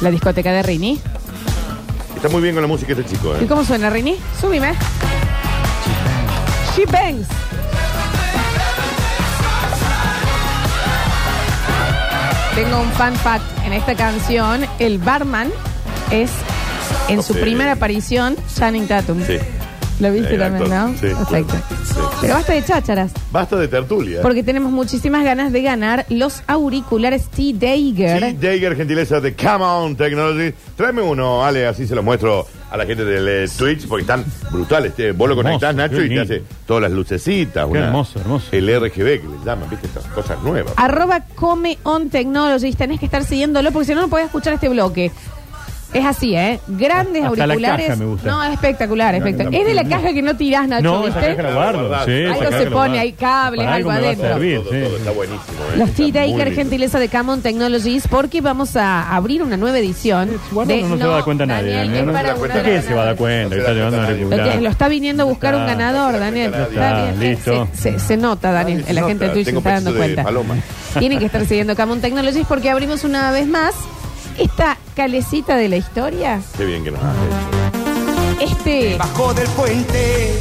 La discoteca de Rini. Está muy bien con la música este chico, ¿Y ¿eh? cómo suena Rini? Súbime. She bangs. Tengo un fan fact en esta canción. El barman es, en su Sí. primera aparición, Channing Tatum. Sí. Lo viste El actor. también, ¿no? Sí, Perfecto. claro. Sí. Pero basta de chácharas, Basta de tertulia. porque tenemos muchísimas ganas de ganar los auriculares T-Dagger. Sí, Jaeger, gentileza de Come On Technology. Tráeme uno, Ale, así se los muestro a la gente del eh, Twitch, porque están brutales. Te- vos lo Hermoso, conectás, Nacho, qué y te lindo. hace todas las lucecitas. Qué hermoso, hermoso. El RGB, que le llaman, viste, estas cosas nuevas. Arroba Come On Technologies. Tenés que estar siguiéndolo porque si no, no podés escuchar este bloque. Es así, ¿eh? Grandes Hasta la auriculares. caja me gusta. No, es espectacular, espectacular. no, Es de la no. caja que no tirás, Nacho, No, esa ¿viste? caja la guardo. Sí, esa Algo se caja la pone, guardo. hay cables, Para algo me va a adentro. servir, todo, sí. todo, está buenísimo. ¿eh? Los Está muy T-Daker lindo. gentileza de Camon Technologies, porque vamos a abrir una nueva edición. Sí, guarda, de- no se va a dar cuenta nadie, Daniel, es no se para da cuenta una nadie. ¿Quién se va a dar cuenta? Que está llevando el Lo, que- auricular. lo está viniendo a buscar Ya un está, ganador, ya Daniel. está, Está ya bien, está, Ah, listo. Se, se- se nota, Daniel. Ah, Se la gente de nota, Twitch se tengo está dando pechito de cuenta. paloma. Tienen que estar siguiendo Camon Technologies porque abrimos una vez más esta calecita de la historia. Qué bien que nos hace. Este, Bajo del puente.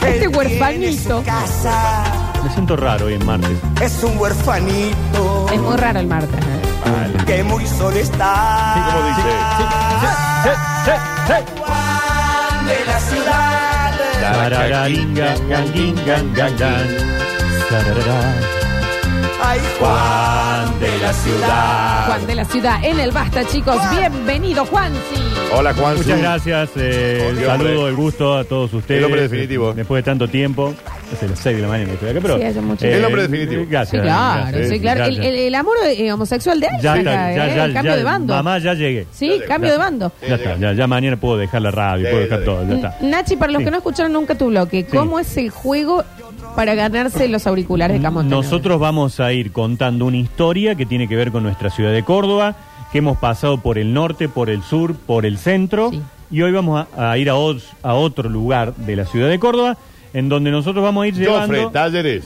Este él huerfanito. tiene su Casa, Me siento raro hoy en martes. es un huerfanito es muy raro el martes. ¿eh? que muy solo está. Sí, como dice. Juan de la ciudad. Tarararinga, ganguín, gan, gan, gan. Tararara. Ay, Juan de la ciudad. Juan de la ciudad en el Basta, chicos. Bienvenido, Juansi. Hola, Juan. Muchas gracias, eh, Oh, el qué hombre. saludo, el gusto a todos ustedes. El hombre definitivo. Después de tanto tiempo, hace las 6 de la mañana que estoy acá, pero. eh, Sí, hace mucho El hombre definitivo. Gracias. Sí, claro, gracias, sí, claro. El, gracias. el- el amor eh, homosexual de él, Ya, acá, está, ya, eh, ya, el cambio ya, de bando. Mamá, ya llegué. sí, cambio de bando. Mm, Sí, Ya está, ya, ya mañana puedo dejar la radio, Sí, puedo ya dejar todo, ya está. Nachi, para los Sí. que no escucharon nunca tu bloque, ¿cómo es el juego para ganarse los auriculares de Camón? Nosotros vamos a ir contando una historia que tiene que ver con nuestra ciudad de Córdoba, que hemos pasado por el norte, por el sur, por el centro, Sí. y hoy vamos a, a ir a, os- a otro lugar de la ciudad de Córdoba, en donde nosotros vamos a ir Jofre, llevando... Talleres.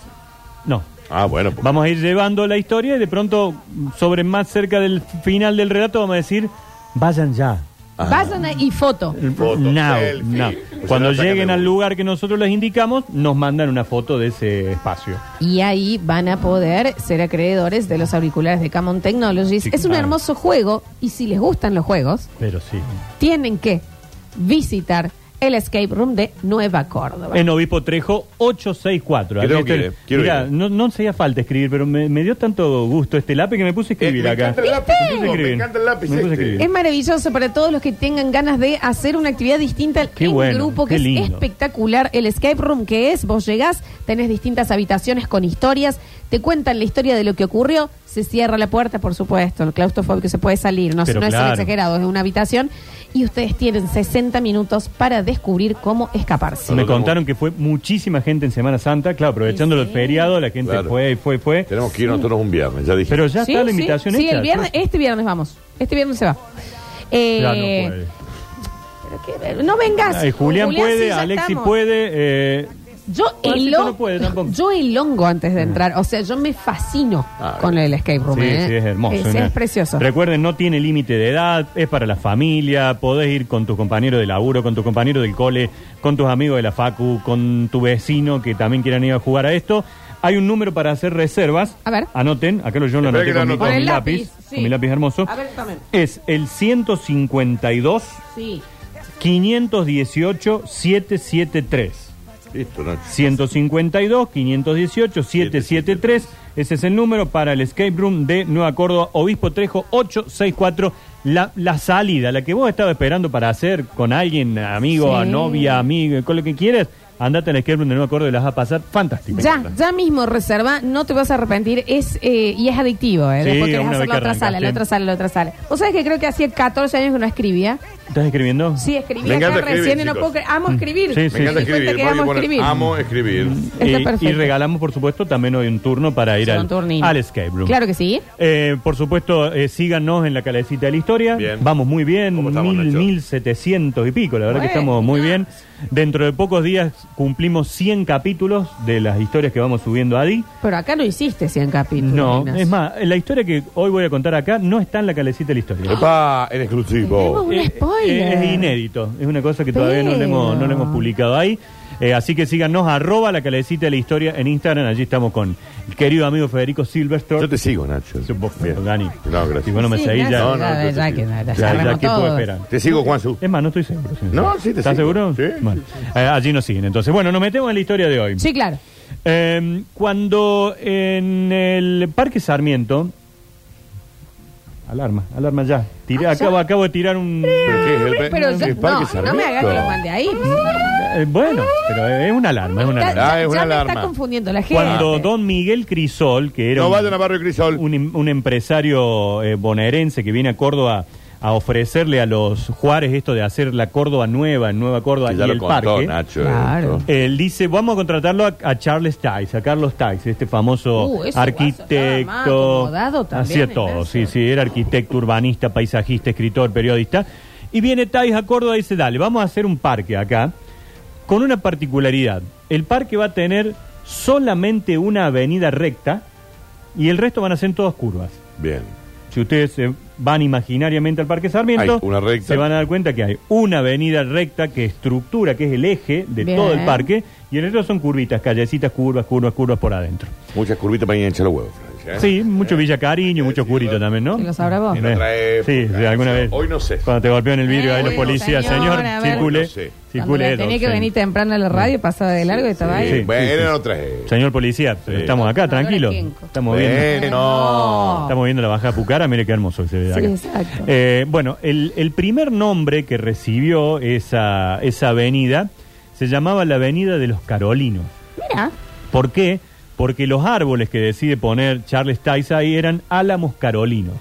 No, Ah, bueno. pues. vamos a ir llevando la historia y de pronto, sobre más cerca del final del relato, vamos a decir, vayan ya. Vayan a- y foto. Foto, Now, selfie. now. O sea, Cuando la sacan lleguen de al un- lugar que nosotros les indicamos, nos mandan una foto de ese espacio. Y ahí van a poder ser acreedores de los auriculares de Camon Technologies. Sí, es un claro. hermoso juego y si les gustan los juegos, Pero sí. tienen que visitar el escape room de Nueva Córdoba. En Obispo Trejo 864. Que tengo Aquí está que el- ir, eh. Quiero Mirá, ir, eh. no, no hacía falta escribir, pero me, me dio tanto gusto este lápiz que me puse a Eh, escribir me acá. encanta el lápiz, Me puse a digo, me escribir. encanta el lápiz Me puse a este. escribir. Es maravilloso para todos los que tengan ganas de hacer una actividad distinta Qué en bueno, grupo, que qué lindo. es espectacular. El escape room que es, vos llegás, tenés distintas habitaciones con historias, te cuentan la historia de lo que ocurrió, se cierra la puerta, por supuesto, el claustrofóbico se puede salir, no, Pero no es claro. tan exagerado, es una habitación, y ustedes tienen 60 minutos para descubrir cómo escaparse. Me contaron que fue muchísima gente en Semana Santa, claro, aprovechando Sí, los sí. feriados, la gente Claro. fue y fue y fue. Tenemos que ir nosotros un viernes, ya dije. Pero ya Sí, está la sí, invitación sí, hecha. el viernes, este viernes vamos, este viernes se va. Eh, Ya no puede. que- no vengas. Ay, Julián, sí, puede, ya Alexi estamos. puede. eh, Yo el Juancito no puede tampoco. yo elongo antes de entrar, o sea, yo me fascino Ah, con el escape room. Mm. sí, ¿eh? sí, es hermoso. Es, una- es precioso. Recuerden, no tiene límite de edad, es para la familia, podés ir con tus compañeros de laburo, con tus compañeros del cole, con tus amigos de la facu, con tu vecino que también quieran ir a jugar a esto. Hay un número para hacer reservas. A ver. Anoten, acá lo yo lo Espera que lo anoté con, mi, anoto. con Con mi el lápiz, lápiz, sí. con mi lápiz hermoso. A ver, también. Es el 152 Sí. 518 773. Listo, Nacho. 152 518 773. Ese es el número para el escape room de Nueva Córdoba, Obispo Trejo 864. La, la salida, la que vos estabas esperando para hacer con alguien, amigo, Sí. novia, amigo, con lo que quieras, andate al escape room de Nueva Córdoba y las vas a pasar fantástico. Ya, ya mismo reserva, no te vas a arrepentir, es eh, y es adictivo, ¿eh? Sí, Después querés una hacer vez la que otra arrancaste. sala, la otra sala, la otra sala. ¿Vos sabés que creo que hacía 14 años que no escribía? ¿Estás escribiendo? Sí, Me escribía acá encanta escribir, recién y no chicos. puedo cre- Amo escribir. Sí, Mm. sí. Mm. Me encanta di cuenta escribir. que porque amo poner, escribir. Amo escribir. Está Eh, Y, perfecto. y regalamos, por supuesto, también hoy un turno para ir Son al, turnín. al escape room. Claro que sí. Eh, por supuesto, eh, síganos en la calecita de la historia. Bien. Vamos muy bien, ¿Cómo estamos, mil, Nacho? mil setecientos y pico, la verdad que Bueno. estamos muy bien. Dentro de pocos días cumplimos 100 capítulos de las historias que vamos subiendo a Di. Pero acá no hiciste 100 capítulos. No, Ignacio. es más, la historia que hoy voy a contar acá no está en la calecita de la historia. Eh, Epa, en Tenemos exclusivo. un spoiler. es inédito, es una cosa que todavía no le hemos, no le hemos Pero- publicado ahí. Eh, así que síganos, arroba la calecita de la historia en Instagram. Allí estamos con el querido amigo Federico Silverstone. Yo te sigo, Nacho. Sí, vos, Bien. Dani. No, gracias. Si vos no me Sí, seguís ya. gracias, No, no, ya, yo te ya sigo. que no, ya Ya, ya, cerramos ¿qué puedo todos. esperar? Te sigo, Juanzu. Es más, no estoy seguro. No, sí te ¿Estás sigo. seguro? Sí. Bueno, eh, allí nos siguen. Entonces, bueno, nos metemos en la historia de hoy. Sí, claro. Eh, cuando en el Parque Sarmiento. Alarma, alarma ya. Tiré- Ah, ya. acabo, acabo de tirar un. ¿Pero qué es el pe- Pero el yo- Parque no, no me hagas Sarmiento? que lo mande ahí. Eh, bueno, pero es una alarma, es una Ya- alarma. Ah, es ya una me alarma. está confundiendo la gente. Cuando don Miguel Crisol, que era No un- vayan a Barrio Crisol. un, em- un empresario eh, bonaerense que viene a Córdoba a ofrecerle a los Juárez esto de hacer la Córdoba nueva, Nueva Córdoba Que y ya el lo contó parque. Nacho. Claro. esto. Él dice, vamos a contratarlo a, a Charles Tice, a Carlos Tice, este Uh, famoso ese guaso estaba más arquitecto. acomodado también, Hacía todo, Ignacio. sí, sí, era arquitecto, urbanista, paisajista, escritor, periodista. Y viene Tice a Córdoba y dice, dale, vamos a hacer un parque acá, con una particularidad. El parque va a tener solamente una avenida recta y el resto van a ser todas curvas. Bien. Si ustedes se van imaginariamente al Parque Sarmiento, Hay una recta. se van a dar cuenta que hay una avenida recta que estructura, que es el eje de Bien. todo el parque, y el resto son curvitas, callecitas, curvas, curvas, curvas por adentro. Muchas curvitas para ir a hinchar los huevos, Francia. ¿eh? Sí, mucho Villa Cariño, mucho curito también, ¿no? Que lo sabrá vos. En otra Eh, sí, época, sí, alguna sí. vez. Hoy no sé. Cuando te golpean el vidrio Eh, ahí los bueno, policías, señor, señor, a ver. circule, Hoy no sé. Cuando circule. tenía que sí. venir temprano a la radio, pasaba de largo y estaba Sí, ahí. Sí, bueno, sí, sí. eran otras épocas. Señor policía, estamos acá, Ahora tranquilo. cinco. Estamos viendo. Bueno. Estamos viendo la baja Pucara, mire qué hermoso que se ve Oh. Sí, acá. exacto. Eh, bueno, el, el primer nombre que recibió esa, esa avenida se llamaba la Avenida de los Carolinos. Mira, ¿Por qué? Porque los árboles que decide poner Charles Tice ahí eran álamos carolinos.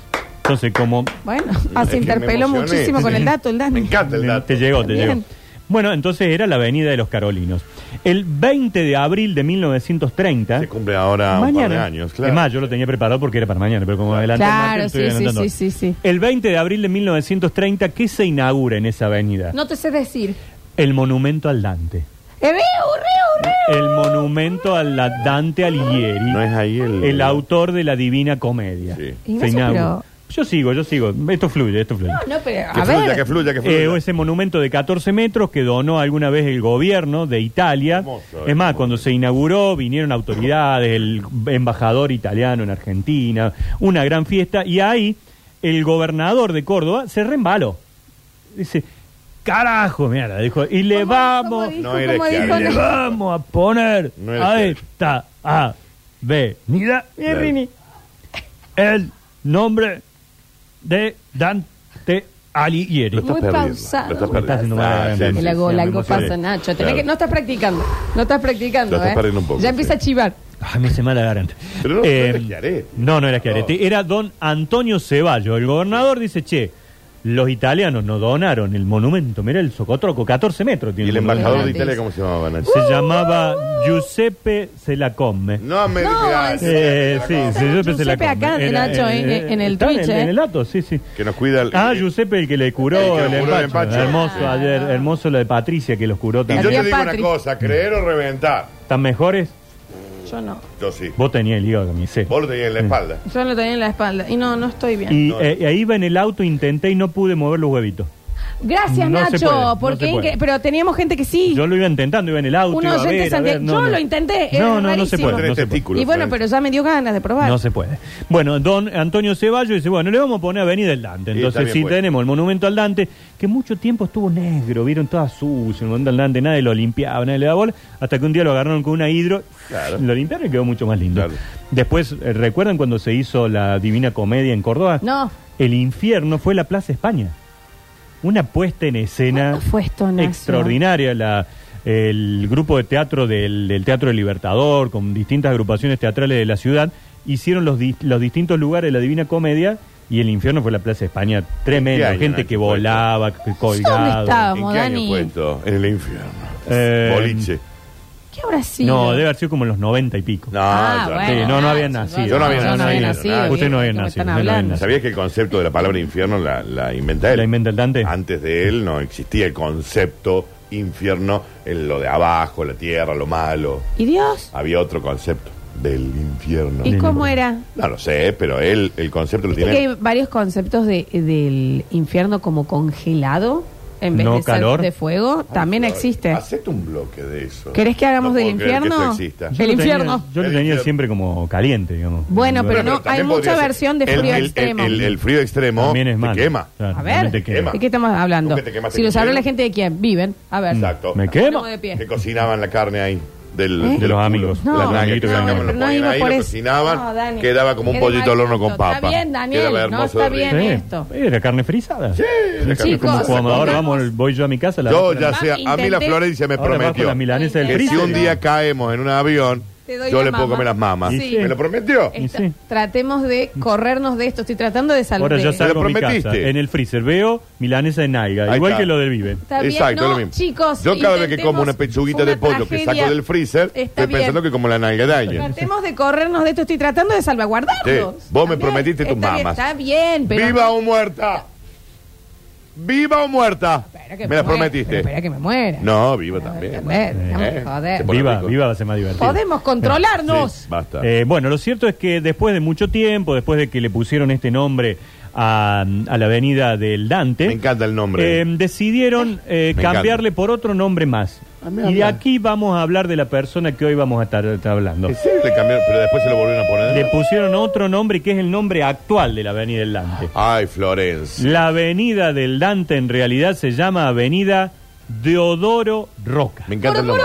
Entonces, como bueno, Es que se me interpeló emocioné. muchísimo con el dato, el Me Dani. encanta el dato. te llegó, te Bien. llegó. Bueno, entonces era la Avenida de los Carolinos. El 20 de abril de 1930... Se cumple ahora Ah, un par de años, claro. ¿Eh? Es más, yo lo tenía preparado porque era para mañana, pero como adelante. Claro, sí, sí, sí, sí, sí. El 20 de abril de 1930, ¿qué se inaugura en esa avenida? No te sé decir. El monumento al Dante. ¡Eh, ¡Riu, riu, riu! El monumento al Dante Alighieri. No es ahí el- autor de la Divina Comedia. Sí. Ignacio, pero- Yo sigo, yo sigo. Esto fluye, esto fluye. No, no, pero Que a fluya, ver. que fluya, que Eh, fluya. ese monumento de 14 metros que donó alguna vez el gobierno de Italia. Hermoso, es más, hermoso. cuando se inauguró vinieron autoridades, el embajador italiano en Argentina, una gran fiesta y ahí el gobernador de Córdoba se reembaló. Dice, carajo, mira, la dijo, y le ¿Cómo- vamos, cómo dijo, No eres cómo que dijo? hable. le vamos a poner No es a cierto. esta avenida Claro. Rini, el nombre de Dante Alighieri. Lo estás Muy perdiendo, pausado. Lo estás Me estás haciendo perdiendo. mal, sí, me- sí, El me sí, algo, sí, me algo emocioné. pasa, Nacho. Tenés Claro. que, no estás practicando. No estás practicando. Lo estás ¿eh? perdiendo un poco, Ya empieza sí. a chivar. Ay, me hice mal la garganta. Eh, Pero no, no era Chiaretti. No, no era Chiaretti. Era don Antonio Ceballos. El gobernador dice, che, los italianos nos donaron el monumento. Mira el socotroco, 14 metros ¿Y tiene. el monumento. embajador de Antes. Italia cómo se llamaba, Nacho? Se llamaba Giuseppe Selacome. No me No, digas. Eh, sí, sí, Giuseppe Giuseppe Selacome. acá, Era- Nacho, en- en el está Twitch, En, eh. en el dato, sí, sí. Que nos cuida el... Ah, Giuseppe, el que le curó El que el, le curó el empacho. empacho. Hermoso, Ah. ayer, hermoso lo de Patricia, que los curó Y yo también. te digo una Patrick. cosa, creer o reventar. ¿Están mejores? Yo no. Yo sí. Vos tenías el hígado que me hice. Vos lo tenías en la espalda. Yo lo tenía en la espalda. Y no, no estoy bien. Y No. eh, y ahí iba en el auto, intenté y no pude mover los huevitos. Gracias, No se Nacho. puede, no porque se puede. inque- pero teníamos gente que sí. Yo lo iba intentando, iba en el auto. Un iba a oyente ver, a santiago- ver, no, yo no. lo intenté, era No, no, no se rarísimo. puede. Tres No se puede. testículos. y bueno, pero Florencia. ya me dio ganas de probar. No se puede. Bueno, don Antonio Ceballos dice, bueno, le vamos a poner Avenida del Dante. Sí, Entonces está bien sí puesto. tenemos el monumento al Dante, que mucho tiempo estuvo negro, vieron toda sucio, el monumento al Dante, nadie lo limpiaba, nadie le daba bola, hasta que un día lo agarraron con una hidro, Claro. lo limpiaron y quedó mucho más lindo. Claro. Después, eh, ¿recuerdan cuando se hizo la Divina Comedia en Córdoba? No. El infierno fue la Plaza España. Una puesta en escena ¿Cuándo fue esto, Nacho? extraordinaria. La, el grupo de teatro del, del Teatro del Libertador, con distintas agrupaciones teatrales de la ciudad, hicieron los, dis- los distintos lugares de la Divina Comedia y el infierno fue la Plaza España. ¿En Tremendo, qué año, gente Nacho, que fue volaba, que ¿Dónde colgado. estaba? ¿En Vamos, qué año Dani. fue esto? En el infierno. Eh, Boliche. ¿Qué habrá sido? No, debe haber sido como en los noventa y pico. No, Ah, ya bueno. Sí, no, no habían Nacho, nacido. Yo no había nacido, nacido. Usted no había ¿de qué me están nacido, usted no había hablando? nacido. ¿Sabías que el concepto de la palabra infierno la, la inventa él? ¿La inventa el Dante? Antes de él no existía el concepto infierno, en lo de abajo, la tierra, lo malo. ¿Y Dios? Había otro concepto del infierno. ¿Y cómo era? No lo sé, pero él, el concepto lo Viste que hay tiene. varios conceptos de- del infierno como congelado en vez No, de sal- calor. de fuego. También existe. Acepta Ah, un bloque de eso. ¿Querés que hagamos No del puedo creer que infierno? esto exista. El lo tenía- infierno. yo lo El tenía infierno. siempre como caliente, digamos. Bueno, pero no, hay también mucha podría ser versión de el- frío el- el- extremo. El, el frío extremo También es malo. te quema. Claro, A también ver, te quema. quema. ¿de qué estamos hablando? Nunca te quemaste Si lo con sabe la hielo. gente de quién, viven. A ver. Exacto. Me Nos quema. ponemos de Que pie. cocinaban la carne ahí. Del, ¿Eh? De los culo. amigos. No, Las no, nalgas que no, sacaban, no, lo no ponían iba ahí, por lo eso. cocinaban, No, Dani. quedaba como un Qué de pollito al mal horno con gusto. papa. Está bien, Daniel, Quedaba hermoso no, está de bien. rico. en Sí, esto. Era carne frisada. Sí, la carne Chicos, como- Cosa, Como ahora pongamos- vamos, voy yo a mi casa. La Yo la- ya sé, a mí la Intenté- Florencia me ahora bajo prometió las milanesas del Que que si freezer. un día caemos en un avión, Te doy yo la le puedo mama. comer las mamas. Sí. ¿Me lo prometió? Y Esta- sí. Tratemos de corrernos de esto. Estoy tratando de salvar. Ahora yo sal- salgo a mi casa. prometiste. En el freezer veo milanesa de naiga. Ahí Igual está. que lo del Vive. Está bien, Exacto, no, es lo mismo. chicos, Yo cada vez que intentemos como una pechuguita de una pollo que tragedia. saco del freezer, Está estoy bien. pensando que como la nalga de alguien. Tratemos de corrernos de esto. Estoy tratando de salvaguardarnos. Sí, vos me También. prometiste tus Está bien, mamas. Está bien, pero. ¡Viva o muerta! ¡Viva o muerta! Espera que Me muera, pero las prometiste. Espera que me muera. No, viva A también. ver, no me Eh, joder. te pone Viva, rico. viva va a ser más divertido. Podemos controlarnos. Sí, basta. Eh, bueno, lo cierto es que después de mucho tiempo, después de que le pusieron este nombre a, a la avenida del Dante, Me encanta el nombre. eh, decidieron eh, Me cambiarle por otro nombre más. Ah, me Y de habla. aquí vamos a hablar de la persona que hoy vamos a estar, estar hablando. ¿En serio le cambiaron? Pero después se lo volvieron a poner. Le pusieron otro nombre que es el nombre actual de la avenida del Dante. Ay, Florencia. La avenida del Dante en realidad se llama Avenida Deodoro Roca. Me encanta el nombre.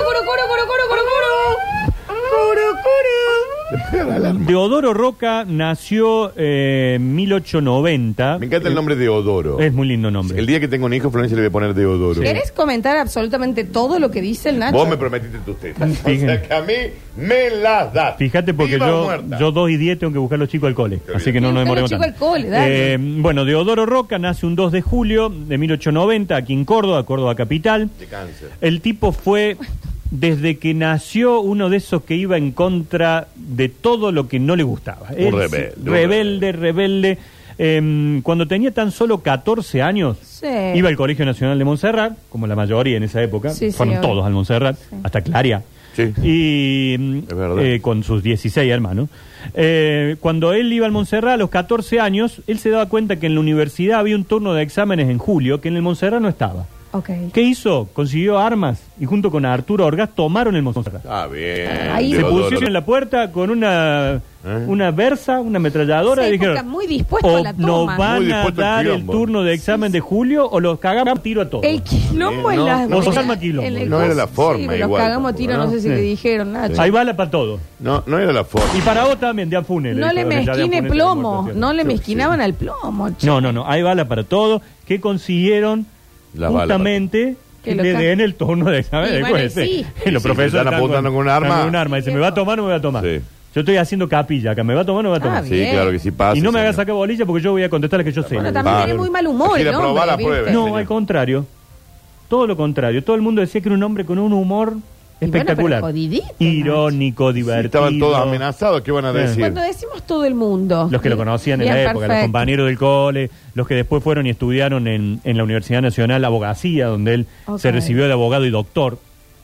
Deodoro Roca nació eh, en 1890. Me encanta el nombre de Odoro. Es muy lindo nombre. El día que tengo un hijo, Florencia le voy a poner Deodoro. ¿Querés comentar absolutamente todo lo que dice el Nacho? Vos me prometiste tus tetas. O Fíjate. sea que a mí me las das. Fíjate porque Viva o yo, muerta. yo 2 y 10 tengo que buscar a los chicos al cole. Qué Así que bien. no nos Buscar los demoremos chicos tanto. al cole, dale. Eh, bueno, Deodoro Roca nace un 2 de julio de 1890 aquí en Córdoba, Córdoba capital. De cáncer. El tipo fue, desde que nació, uno de esos que iba en contra de todo lo que no le gustaba. Él, sí, rebelde, un Rebelde, rebelde. Em, cuando tenía tan solo 14 años, Sí. iba al Colegio Nacional de Montserrat, como la mayoría en esa época, Sí, sí, fueron obvio. todos al Montserrat, hasta Claria. Sí. Y mm, Es verdad. eh, con sus 16 hermanos. Eh, cuando él iba al Montserrat a los 14 años, él se daba cuenta que en la universidad había un turno de exámenes en julio que en el Montserrat no estaba. Ok. ¿Qué hizo? Consiguió armas y junto con Arturo Orgaz tomaron el Montserrat. Está bien. Ahí- Se Deodoro. pusieron en la puerta con una, ¿Eh? una versa, una ametralladora Sí, y porque dijeron, muy dispuesto o a la nos toma. van Muy a dispuesto al dar el quilombo". turno de examen de julio o los cagamos a tiro a todos. El quilombo Eh, en no, las... no, en no, la- quilombo. en el- No era la Sí, forma pero los igual cagamos a tampoco, tiro, no, ¿no? sé si Sí. le dijeron, Nacho. Hay bala para todos. No, no era la forma. Y para vos también, de Anfunes. No le mezquine plomo, no le mezquinaban al plomo, che. No, no, no, hay bala para todo que consiguieron La bala para justamente que Que lo le ca- den el turno de examen Y de bueno, y juez, sí. Y los Sí, profesores te están apuntando con un arma. están con un arma. Dice, ¿me va a tomar o no me va a tomar? Sí. Yo estoy haciendo capilla acá, ¿me va a tomar o no me va a tomar? Ah, Sí, bien. claro que sí pasa. y no me hagas señor. sacar bolilla porque yo voy a contestar lo que yo sé. Bueno, también Va. tenía muy mal humor, Quiere el probar hombre, la ¿viste? prueba. No, señor. al contrario. Todo lo contrario. Todo el mundo decía que era un hombre con un humor Y bueno, espectacular. pero jodidito, Nacho. Irónico, divertido. Sí, Estaban todos amenazados. ¿Qué van a Sí. decir? Cuando decimos todo el mundo. Los que lo conocían en Bien, la época, los perfecto. compañeros del cole, los que después fueron y estudiaron en, en la Universidad Nacional de Abogacía, donde él Ok. se recibió de abogado y doctor.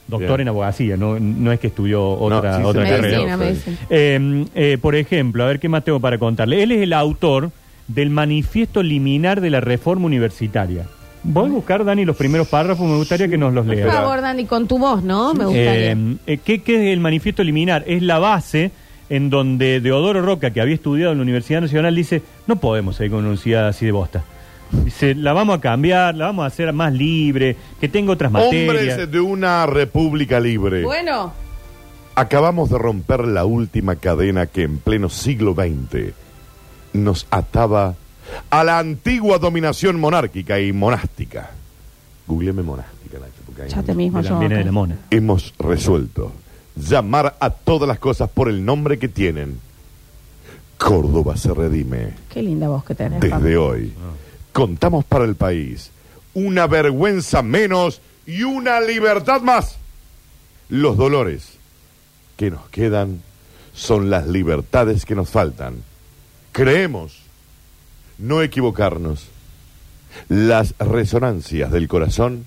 Doctor Bien. en abogacía, no, no es que estudió otra, sí, otra sí, Medicina, carrera. Claro. medicina. Eh, eh, por ejemplo, a ver qué más tengo para contarle. Él es el autor del manifiesto liminar de la reforma universitaria. Voy a buscar, Dani, los primeros párrafos, me gustaría que nos los Por lea. favor, Dani, con tu voz, ¿no? Me gustaría. Eh, eh, ¿qué, qué es el manifiesto liminar? Es la base en donde Deodoro Roca, que había estudiado en la Universidad Nacional, dice, no podemos seguir con una universidad así de bosta. Dice, la vamos a cambiar, la vamos a hacer más libre, que tenga otras materias. Hombres de una república libre. Bueno, Acabamos de romper la última cadena que en pleno siglo XX nos ataba a la antigua dominación monárquica y monástica. Googleame monástica, Nacho, porque ahí ya te mismo Mira, yo. viene acá. de la mona. hemos resuelto llamar a todas las cosas por el nombre que tienen. Córdoba se redime. Qué linda voz que tenés. Desde Pablo. hoy contamos para el país una vergüenza menos y una libertad más. Los dolores que nos quedan son las libertades que nos faltan. Creemos no equivocarnos. Las resonancias del corazón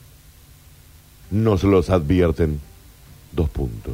nos los advierten. Dos puntos.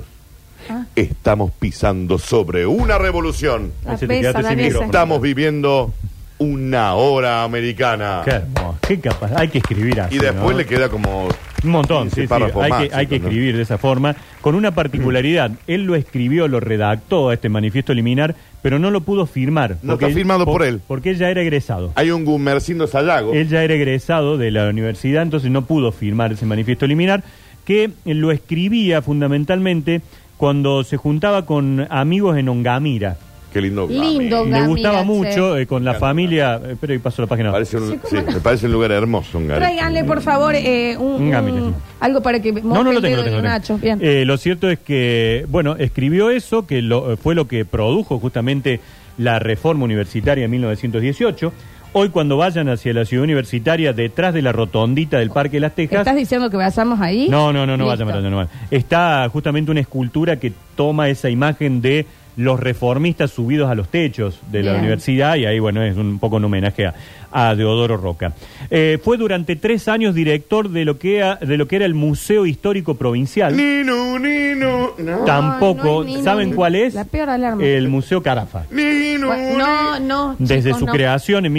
Ah. Estamos pisando sobre una revolución. La Ese te pesa, quedaste sin Daniel, micrófono. Estamos viviendo una hora americana. Qué hermoso, qué capaz. Hay que escribir así. Y después ¿no? le queda como... Un montón, 15 sí, sí. párrafos Hay, más, que, hay que ¿no? Mm. escribir de esa forma, con una particularidad. Él lo escribió, lo redactó a este manifiesto liminar, pero no lo pudo firmar. No está firmado por él. Porque él ya era egresado. Hay un Gumercindo Sayago. Él ya era egresado de la universidad, entonces no pudo firmar ese manifiesto liminar, que lo escribía fundamentalmente cuando se juntaba con amigos en Ongamira. Qué lindo. Lindo. Ame. Le Ongamira, gustaba che. mucho eh, con la familia. Espera, y paso la página. Parece un- Sí, ¿cómo sí, no? me parece un lugar hermoso, un garete. Tráiganle, por favor, eh, un, Un gamete, un- sí. algo para que No, no moje lo el tengo, dedo lo tengo. de lo tengo. Nacho. Bien. Eh, lo cierto es que, bueno, escribió eso, que lo- eh, fue lo que produjo justamente la reforma universitaria en 1918. Hoy cuando vayan hacia la ciudad universitaria, detrás de la rotondita del Parque de las Tejas... ¿Estás diciendo que vayamos ahí? No, no, no, no Listo. vayan, vayan, no vayan. Está justamente una escultura que toma esa imagen de los reformistas subidos a los techos de la Bien. universidad y ahí, bueno, es un poco un homenaje a, a Deodoro Roca. Eh, fue durante tres años director de lo, que era- de lo que era el Museo Histórico Provincial. Ninu, ninu, no. Tampoco, Ay, no hay ni- ¿saben ni- cuál es? la peor alarma. El Museo Carafa. Ninu, Bueno, No, no. Desde chicos, su no. creación en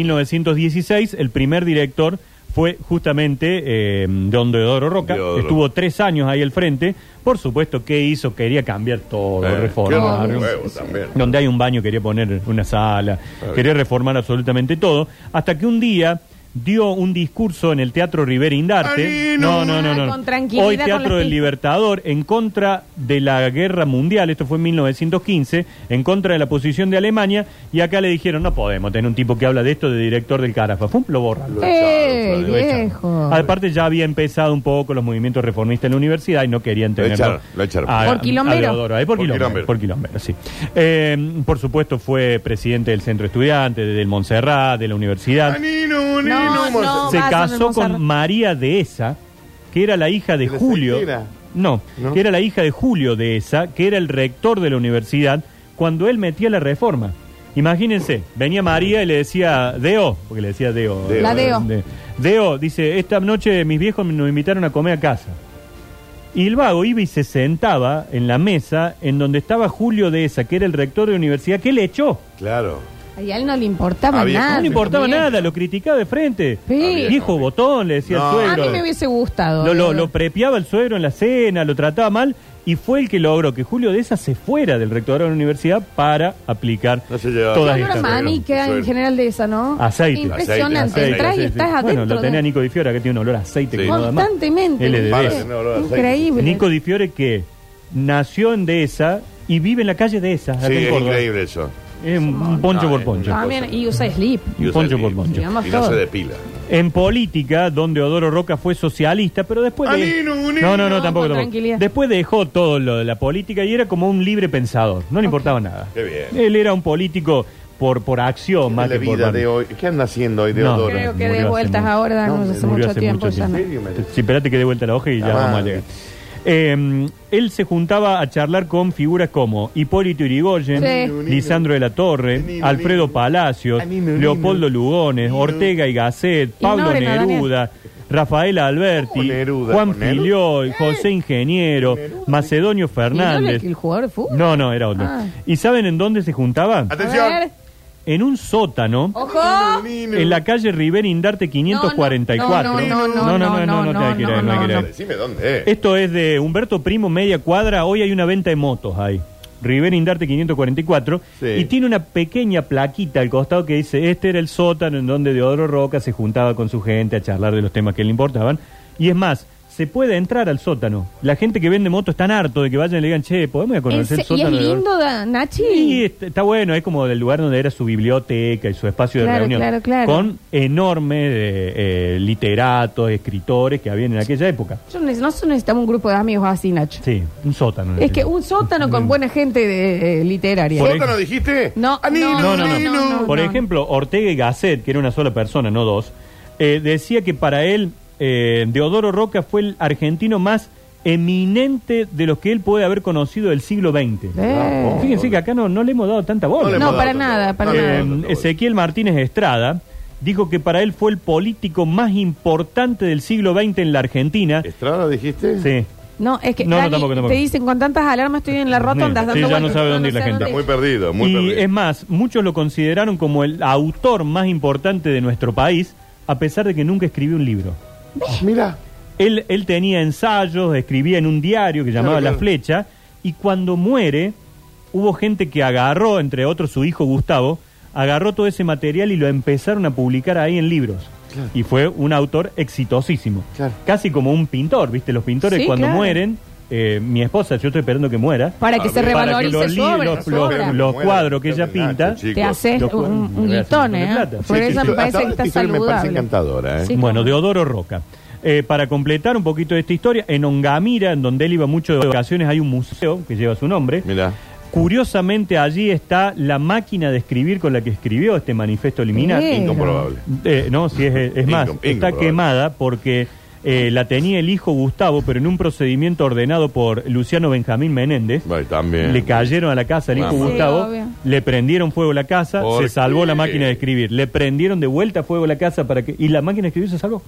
1916, el primer director fue justamente eh, Don Deodoro Roca. Deodoro. Estuvo tres años ahí al frente. Por supuesto, ¿qué hizo? Quería cambiar todo, Eh, reformar. qué huevo también. Donde hay un baño quería poner una sala, Claro. quería reformar absolutamente todo. Hasta que un día dio un discurso en el Teatro Rivera Indarte. Ay, No, no. no, no, no. Con tranquilidad, Hoy con Teatro las del pistas. Libertador en contra de la guerra mundial, esto fue en 1915, en contra de la posición de Alemania, y acá le dijeron, no podemos tener un tipo que habla de esto de director del Carafa. Fum, lo borran. Lo ¡Eh, echaron, Flavio, lo echaron. viejo! Aparte ya había empezado un poco los movimientos reformistas en la universidad y no querían tenerlo. echaron, lo echaron. Por quilombero. Deodoro, ahí Eh, por, Por quilombero. quilombero. Por quilombero, sí. Eh, por supuesto fue presidente del Centro Estudiante, del Montserrat, de la universidad. Ninu, No, ninu, no. Se vas a casó Montserrat. con María Dehesa, que era la hija de ¿De la Julio. Celestina? No, ¿No? que era la hija de Julio Dehesa, que era el rector de la universidad, cuando él metía la reforma. Imagínense, venía María y le decía Deo, porque le decía Deo. Deo. La Deo. De- Deo, dice, esta noche mis viejos nos invitaron a comer a casa. Y el vago iba y se sentaba en la mesa en donde estaba Julio Dehesa, que era el rector de la universidad, que le echó. Claro. Y a él no le importaba Había- nada. No le importaba Ah, Bien. nada, lo criticaba de frente. Sí. Viejo botón, le decía No. el A suegro. mí me hubiese gustado. Lo, lo, eh. lo prepiaba el suegro en la cena, lo trataba mal y fue el que logró que Julio de esa se fuera del rectorado de la universidad para aplicar No se llevaba todas bien. Olor a estas. Claro. manica en Suegro. general de esa, ¿no? Aceite. Impresionante. Aceite, aceite, Entrás y aceite. estás adentro. Bueno, lo tenía de- Nico Di Fiore, que tiene un olor a aceite. Sí. que no da más. Constantemente. Él es de Para Dehesa. tener olor a aceite. Increíble. Nico Di Fiore que nació en Dehesa y vive en la calle Dehesa. acá Sí, en es Córdoba. increíble eso. Es un, un poncho por poncho. También, y usa sleep. Y usa Poncho el- por poncho. Digamos Y no todo. se depila. En política, donde Odoro Roca fue socialista, pero después de... Anino, unino. No, no, no, Con tampoco. tampoco. tranquilidad. Después dejó todo lo de la política y era como un libre pensador, no le importaba nada. Qué bien. Él era un político por, por acción Más más la que por... vida mano. de hoy. ¿Qué anda haciendo hoy No. Deodoro? Creo que Murió de hace vueltas mucho- ahora, No, no, me hace murió mucho hace tiempo mucho ya. tiempo. no. serio me- Sí, espérate que dé vuelta la hoja y ya Ah. vamos a llegar. Eh, él se juntaba a charlar con figuras como Hipólito Yrigoyen, Sí. Lisandro de la Torre, Nino, Alfredo nino. Palacios, Ah, nino, Leopoldo nino. Lugones, Nino. Ortega y Gasset, Pablo Ignórenlo, Daniel. Neruda, Rafael Alberti, ¿Cómo Neruda? Juan ¿Con Eh. Neruda? Filiol, José Ingeniero, ¿eh? Macedonio ¿Y no era Fernández. el jugador de fútbol? No, no, era otro. Ah. ¿Y saben en dónde se juntaba? A Atención. ver. En un Ah. sótano. ¡Ojo! Nino, En la calle Rivera Indarte 544. No, no, no, no, no, no, no, no, te hay que ir ahí, no, no hay que ir no, ahí. no. Decime dónde es. Esto es de Humberto Primo, media cuadra. Hoy hay una venta de motos ahí. Rivera Indarte 544. Sí. Y tiene una pequeña plaquita al costado que dice: Este era el sótano en donde Deodoro Roca se juntaba con su gente a charlar de los temas que le importaban. Y es más. Se puede entrar al sótano. La gente que vende motos están harto de que vayan y le digan, che, podemos ir a ¿En se- conocer el ¿Y sótano. es de Deodoro lindo, da- Nachi? Sí, está, este, está bueno, es como del lugar donde era su biblioteca y su espacio de Claro, reunión. claro, claro. Con enormes eh, eh, literatos, escritores que habían en aquella época. Yo ne- nosotros necesitamos un grupo de amigos así, Nacho. Sí, un sótano. Es que un sótano con buena gente de, eh, literaria. Por- ¿Sótano dijiste? Ah, No, Anino, no, no, no, nino. no, no. Por ejemplo, Ortega y Gasset, que era una sola persona, no dos, eh, decía que para él eh, Deodoro Roca fue el argentino más eminente de los que él puede haber conocido del siglo XX. Eh. Fíjense que acá no, no le hemos dado tanta bola. le No, hemos para dado nada, tanto. para le nada. hemos Eh, dado tanto. Ezequiel Martínez Estrada, dijo que para él fue el político más importante del siglo XX en la Argentina. ¿Estrada dijiste? Sí. No, es que No, no, Dani, tampoco, tampoco. te dicen con tantas alarmas estoy en la rotonda Sí, dando ya no vueltas, sabe dónde ir la sé gente. Está muy perdido, muy y perdido. es más, muchos lo consideraron como el autor más importante de nuestro país, a pesar de que nunca escribió un libro. Ah, Mira, Él, él tenía ensayos, escribía en un diario que llamaba Claro, claro. La Flecha, y cuando muere, hubo gente que agarró, entre otros su hijo Gustavo, agarró todo ese material y lo empezaron a publicar ahí en libros. Y fue un autor exitosísimo. Claro. Casi como un pintor, ¿viste? Los pintores Sí, cuando claro. mueren, eh, mi esposa, yo estoy esperando que muera, Para que A se ver, para que revalorice los su li- obra, los- su los- obra. los- cuadros que ella pinta, Te haces Los un, cuadros- un me voy a hacer un guitón, montón de ¿eh? plata. Por Sí, eso sí, me parece que está Me parece saludable. encantadora, ¿eh? Sí. Bueno, de Odoro Roca. Eh, para completar un poquito esta historia, en Ongamira, en donde él iba mucho de vacaciones, hay un museo que lleva su nombre. Mira. Curiosamente allí está la máquina de escribir con la que escribió este manifiesto liminar. Bien. Incomprobable. Eh, no, sí, es, es más, Incom- está incomprobable. quemada porque eh, la tenía el hijo Gustavo, pero en un procedimiento ordenado por Luciano Benjamín Menéndez. Bueno, también. Le cayeron a la casa al hijo Mamá. Sí, Gustavo, obvio. le prendieron fuego la casa, ¿Por se salvó la qué? máquina de escribir, le prendieron de vuelta fuego la casa para que y la máquina de escribir se salvó.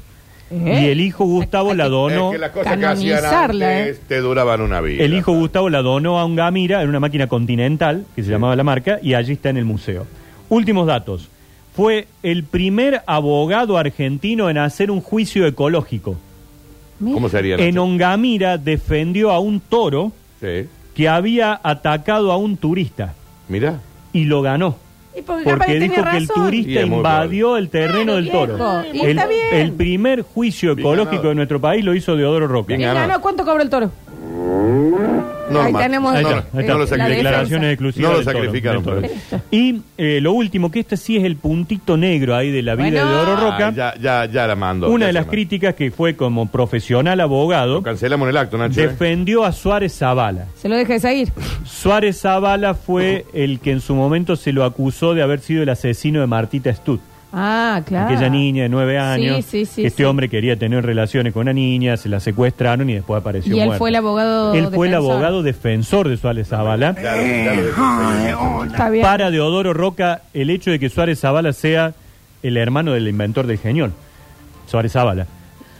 Y el hijo Gustavo Hay- la hay que- donó. Es que las cosas que hacían Canonizarla, ¿eh? antes te duraban una vida. El hijo Gustavo la donó a un Gamira en una máquina continental que se llamaba la marca y allí está en el museo. Últimos datos. Fue el primer abogado argentino en hacer un juicio ecológico. ¿Cómo sería? En Nacho? Ongamira defendió a un toro Sí. que había atacado a un turista Mira. y lo ganó. Y porque, capaz Porque dijo tenía que el razón. Y turista es muy invadió el terreno Claro, del toro. viejo, y El, está bien. el primer juicio Bien ecológico ganado. de nuestro país lo hizo Deodoro Roca. Bien Y ganado. ganó, ¿cuánto cobra el toro? Norma. tenemos- Ahí No, está, Eh, ahí está. no lo la sacrificaron. defensa. declaraciones exclusivas. No lo del toro, sacrificaron, del toro. pero- pues. Y eh, lo último, que este sí es el puntito negro ahí de la vida Bueno. de Oro Roca. Ah, ya, ya, ya la mando. una Ya de se las manda. críticas que fue como profesional abogado, Lo Cancelamos el acto, Nacho. ¿eh? defendió a Suárez Zavala. Se lo deja de seguir. Suárez Zavala fue el que en su momento se lo acusó de haber sido el asesino de Martita Stut. Ah, claro. Aquella niña de nueve años, sí, sí, que este sí. hombre quería tener relaciones con una niña, se la secuestraron y después apareció Y él muerta. fue el abogado Él fue el defensor. abogado defensor de Suárez Zavala. Ya lo- ya Eh, lo defensa. Está bien. Para Deodoro Roca el hecho de que Suárez Zavala sea el hermano del inventor del genión, Suárez Zavala.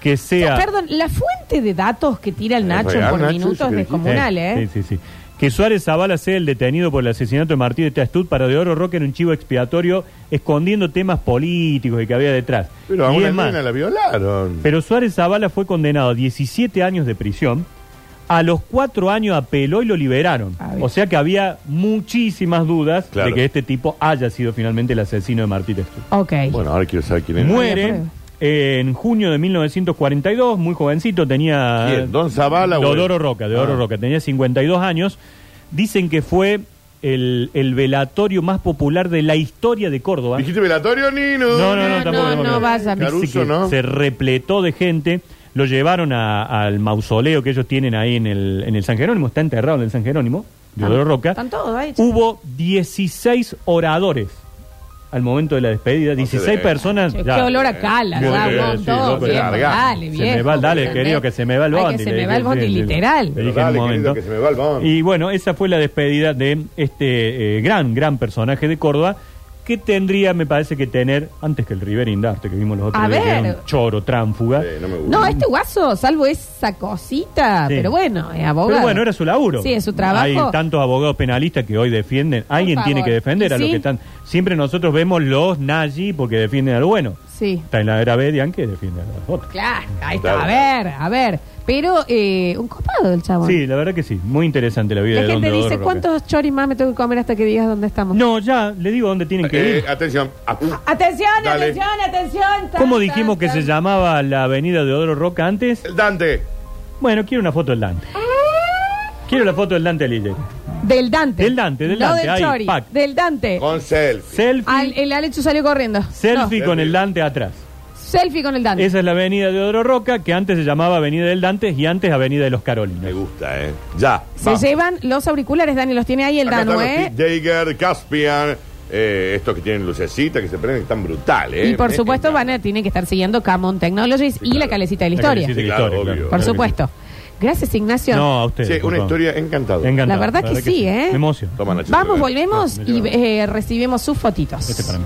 Que sea. Perdón, la fuente de datos que tira Eh, el Es Nacho real, por Nacho, eso minutos que es dijiste. descomunal, ¿eh? Sí, sí, sí. Que Suárez Zavala sea el detenido por el asesinato de Martí de Tastut para Deodoro Roca en un chivo expiatorio escondiendo temas políticos y que había detrás. Pero a Y una es más, nena la violaron. pero Suárez Zavala fue condenado a 17 años de prisión. A los cuatro años apeló y lo liberaron. Ah, bien. O sea que había muchísimas dudas de Claro. que este tipo haya sido finalmente el asesino de Martí de Tastut. Ok. Bueno, ahora quiero saber quién es. Muere prueba. eh, en junio de 1942, muy jovencito, tenía... ¿Quién? ¿Don Zavala o él? Deodoro Roca, Deodoro Ah. Roca, tenía 52 años. Dicen que fue el, el velatorio más popular de la historia de Córdoba. ¿Dijiste velatorio, Nino? No, no, no, No, tampoco. no, tampoco. no vaya. Dice Caruso, que ¿no? Se repletó de gente. Lo llevaron a- al mausoleo que ellos tienen ahí en el, en el San Jerónimo. Está enterrado en el San Jerónimo, Deodoro Roca. Ah, Están todos ahí. chicos. Hubo 16 oradores al momento de la despedida. 16 dejes. personas. Che, ya. qué olor a cala, Sí, ya, sí, un sí, montón, loco, viejo, larga. dale, Se viejo, me va, dale, ¿entendés? querido, que se me va el Ay, bondi. que se le me dije, va el bondi, sí, sí, literal. le dije en un Dale, querido, momento. que se me va el bondi. Y bueno, esa fue la despedida de este eh, gran, gran personaje de Córdoba que tendría, me parece, que tener, antes que el River Indarte, que vimos los otros A días, que ver. era un choro, tránfuga. Sí, Eh, no me gusta. No, este guaso, salvo esa cosita, Sí. pero bueno, es abogado. Pero bueno, era su laburo. Sí, es su trabajo. Hay tantos abogados penalistas que hoy defienden. Alguien tiene favor. que defender a Sí. los que están. Siempre nosotros vemos los Nagy porque defienden a lo bueno. Sí. Está en la era Bedian que defiende a los otros. Claro, ahí está. Claro. A ver, a ver. Pero eh, un copado el chavo. Sí, la verdad que sí. Muy interesante la vida La de Don gente Deodoro dice, Roca. ¿cuántos choris más me tengo que comer hasta que digas dónde estamos? No, ya, le digo dónde tienen que Eh, ir. atención. Ah, Atención, Dale. atención, atención. tan, ¿Cómo tan, dijimos que tan. se llamaba la avenida de Odoro Roca antes? el Dante. Bueno, quiero una foto del Dante. Quiero la foto del Dante Lille. Del Dante. Del Dante, del No Dante, del ahí, chori, pack. del Dante. Con selfie. Selfie, Al- el Alechu salió corriendo. selfie No. con el Dante atrás. No, selfie con el Dante. Esa es la avenida de Odoro Roca, que antes se llamaba Avenida del Dante y antes Avenida de los Me Carolinos. gusta, ¿eh? Ya. Se llevan los auriculares, Dani, los tiene ahí el Danu, ¿eh? Jager, Caspian, eh, estos que tienen lucecita, que se prenden, que están brutales. ¿eh? Y por Me supuesto encanta. van a tienen que estar siguiendo Camon Technologies y la claro. calecita de la La historia. calecita de la Claro, historia, obvio. claro. Por Claro que supuesto. Gracias, sí. Ignacio. No, a ustedes. Sí, por una favor. historia encantadora. Encantado, La verdad que sí, ¿eh? Me emociona. Toma, Nacho, eh. Vamos, te la- volvemos No, me y llevaron. eh, recibimos sus fotitos. Este para mí.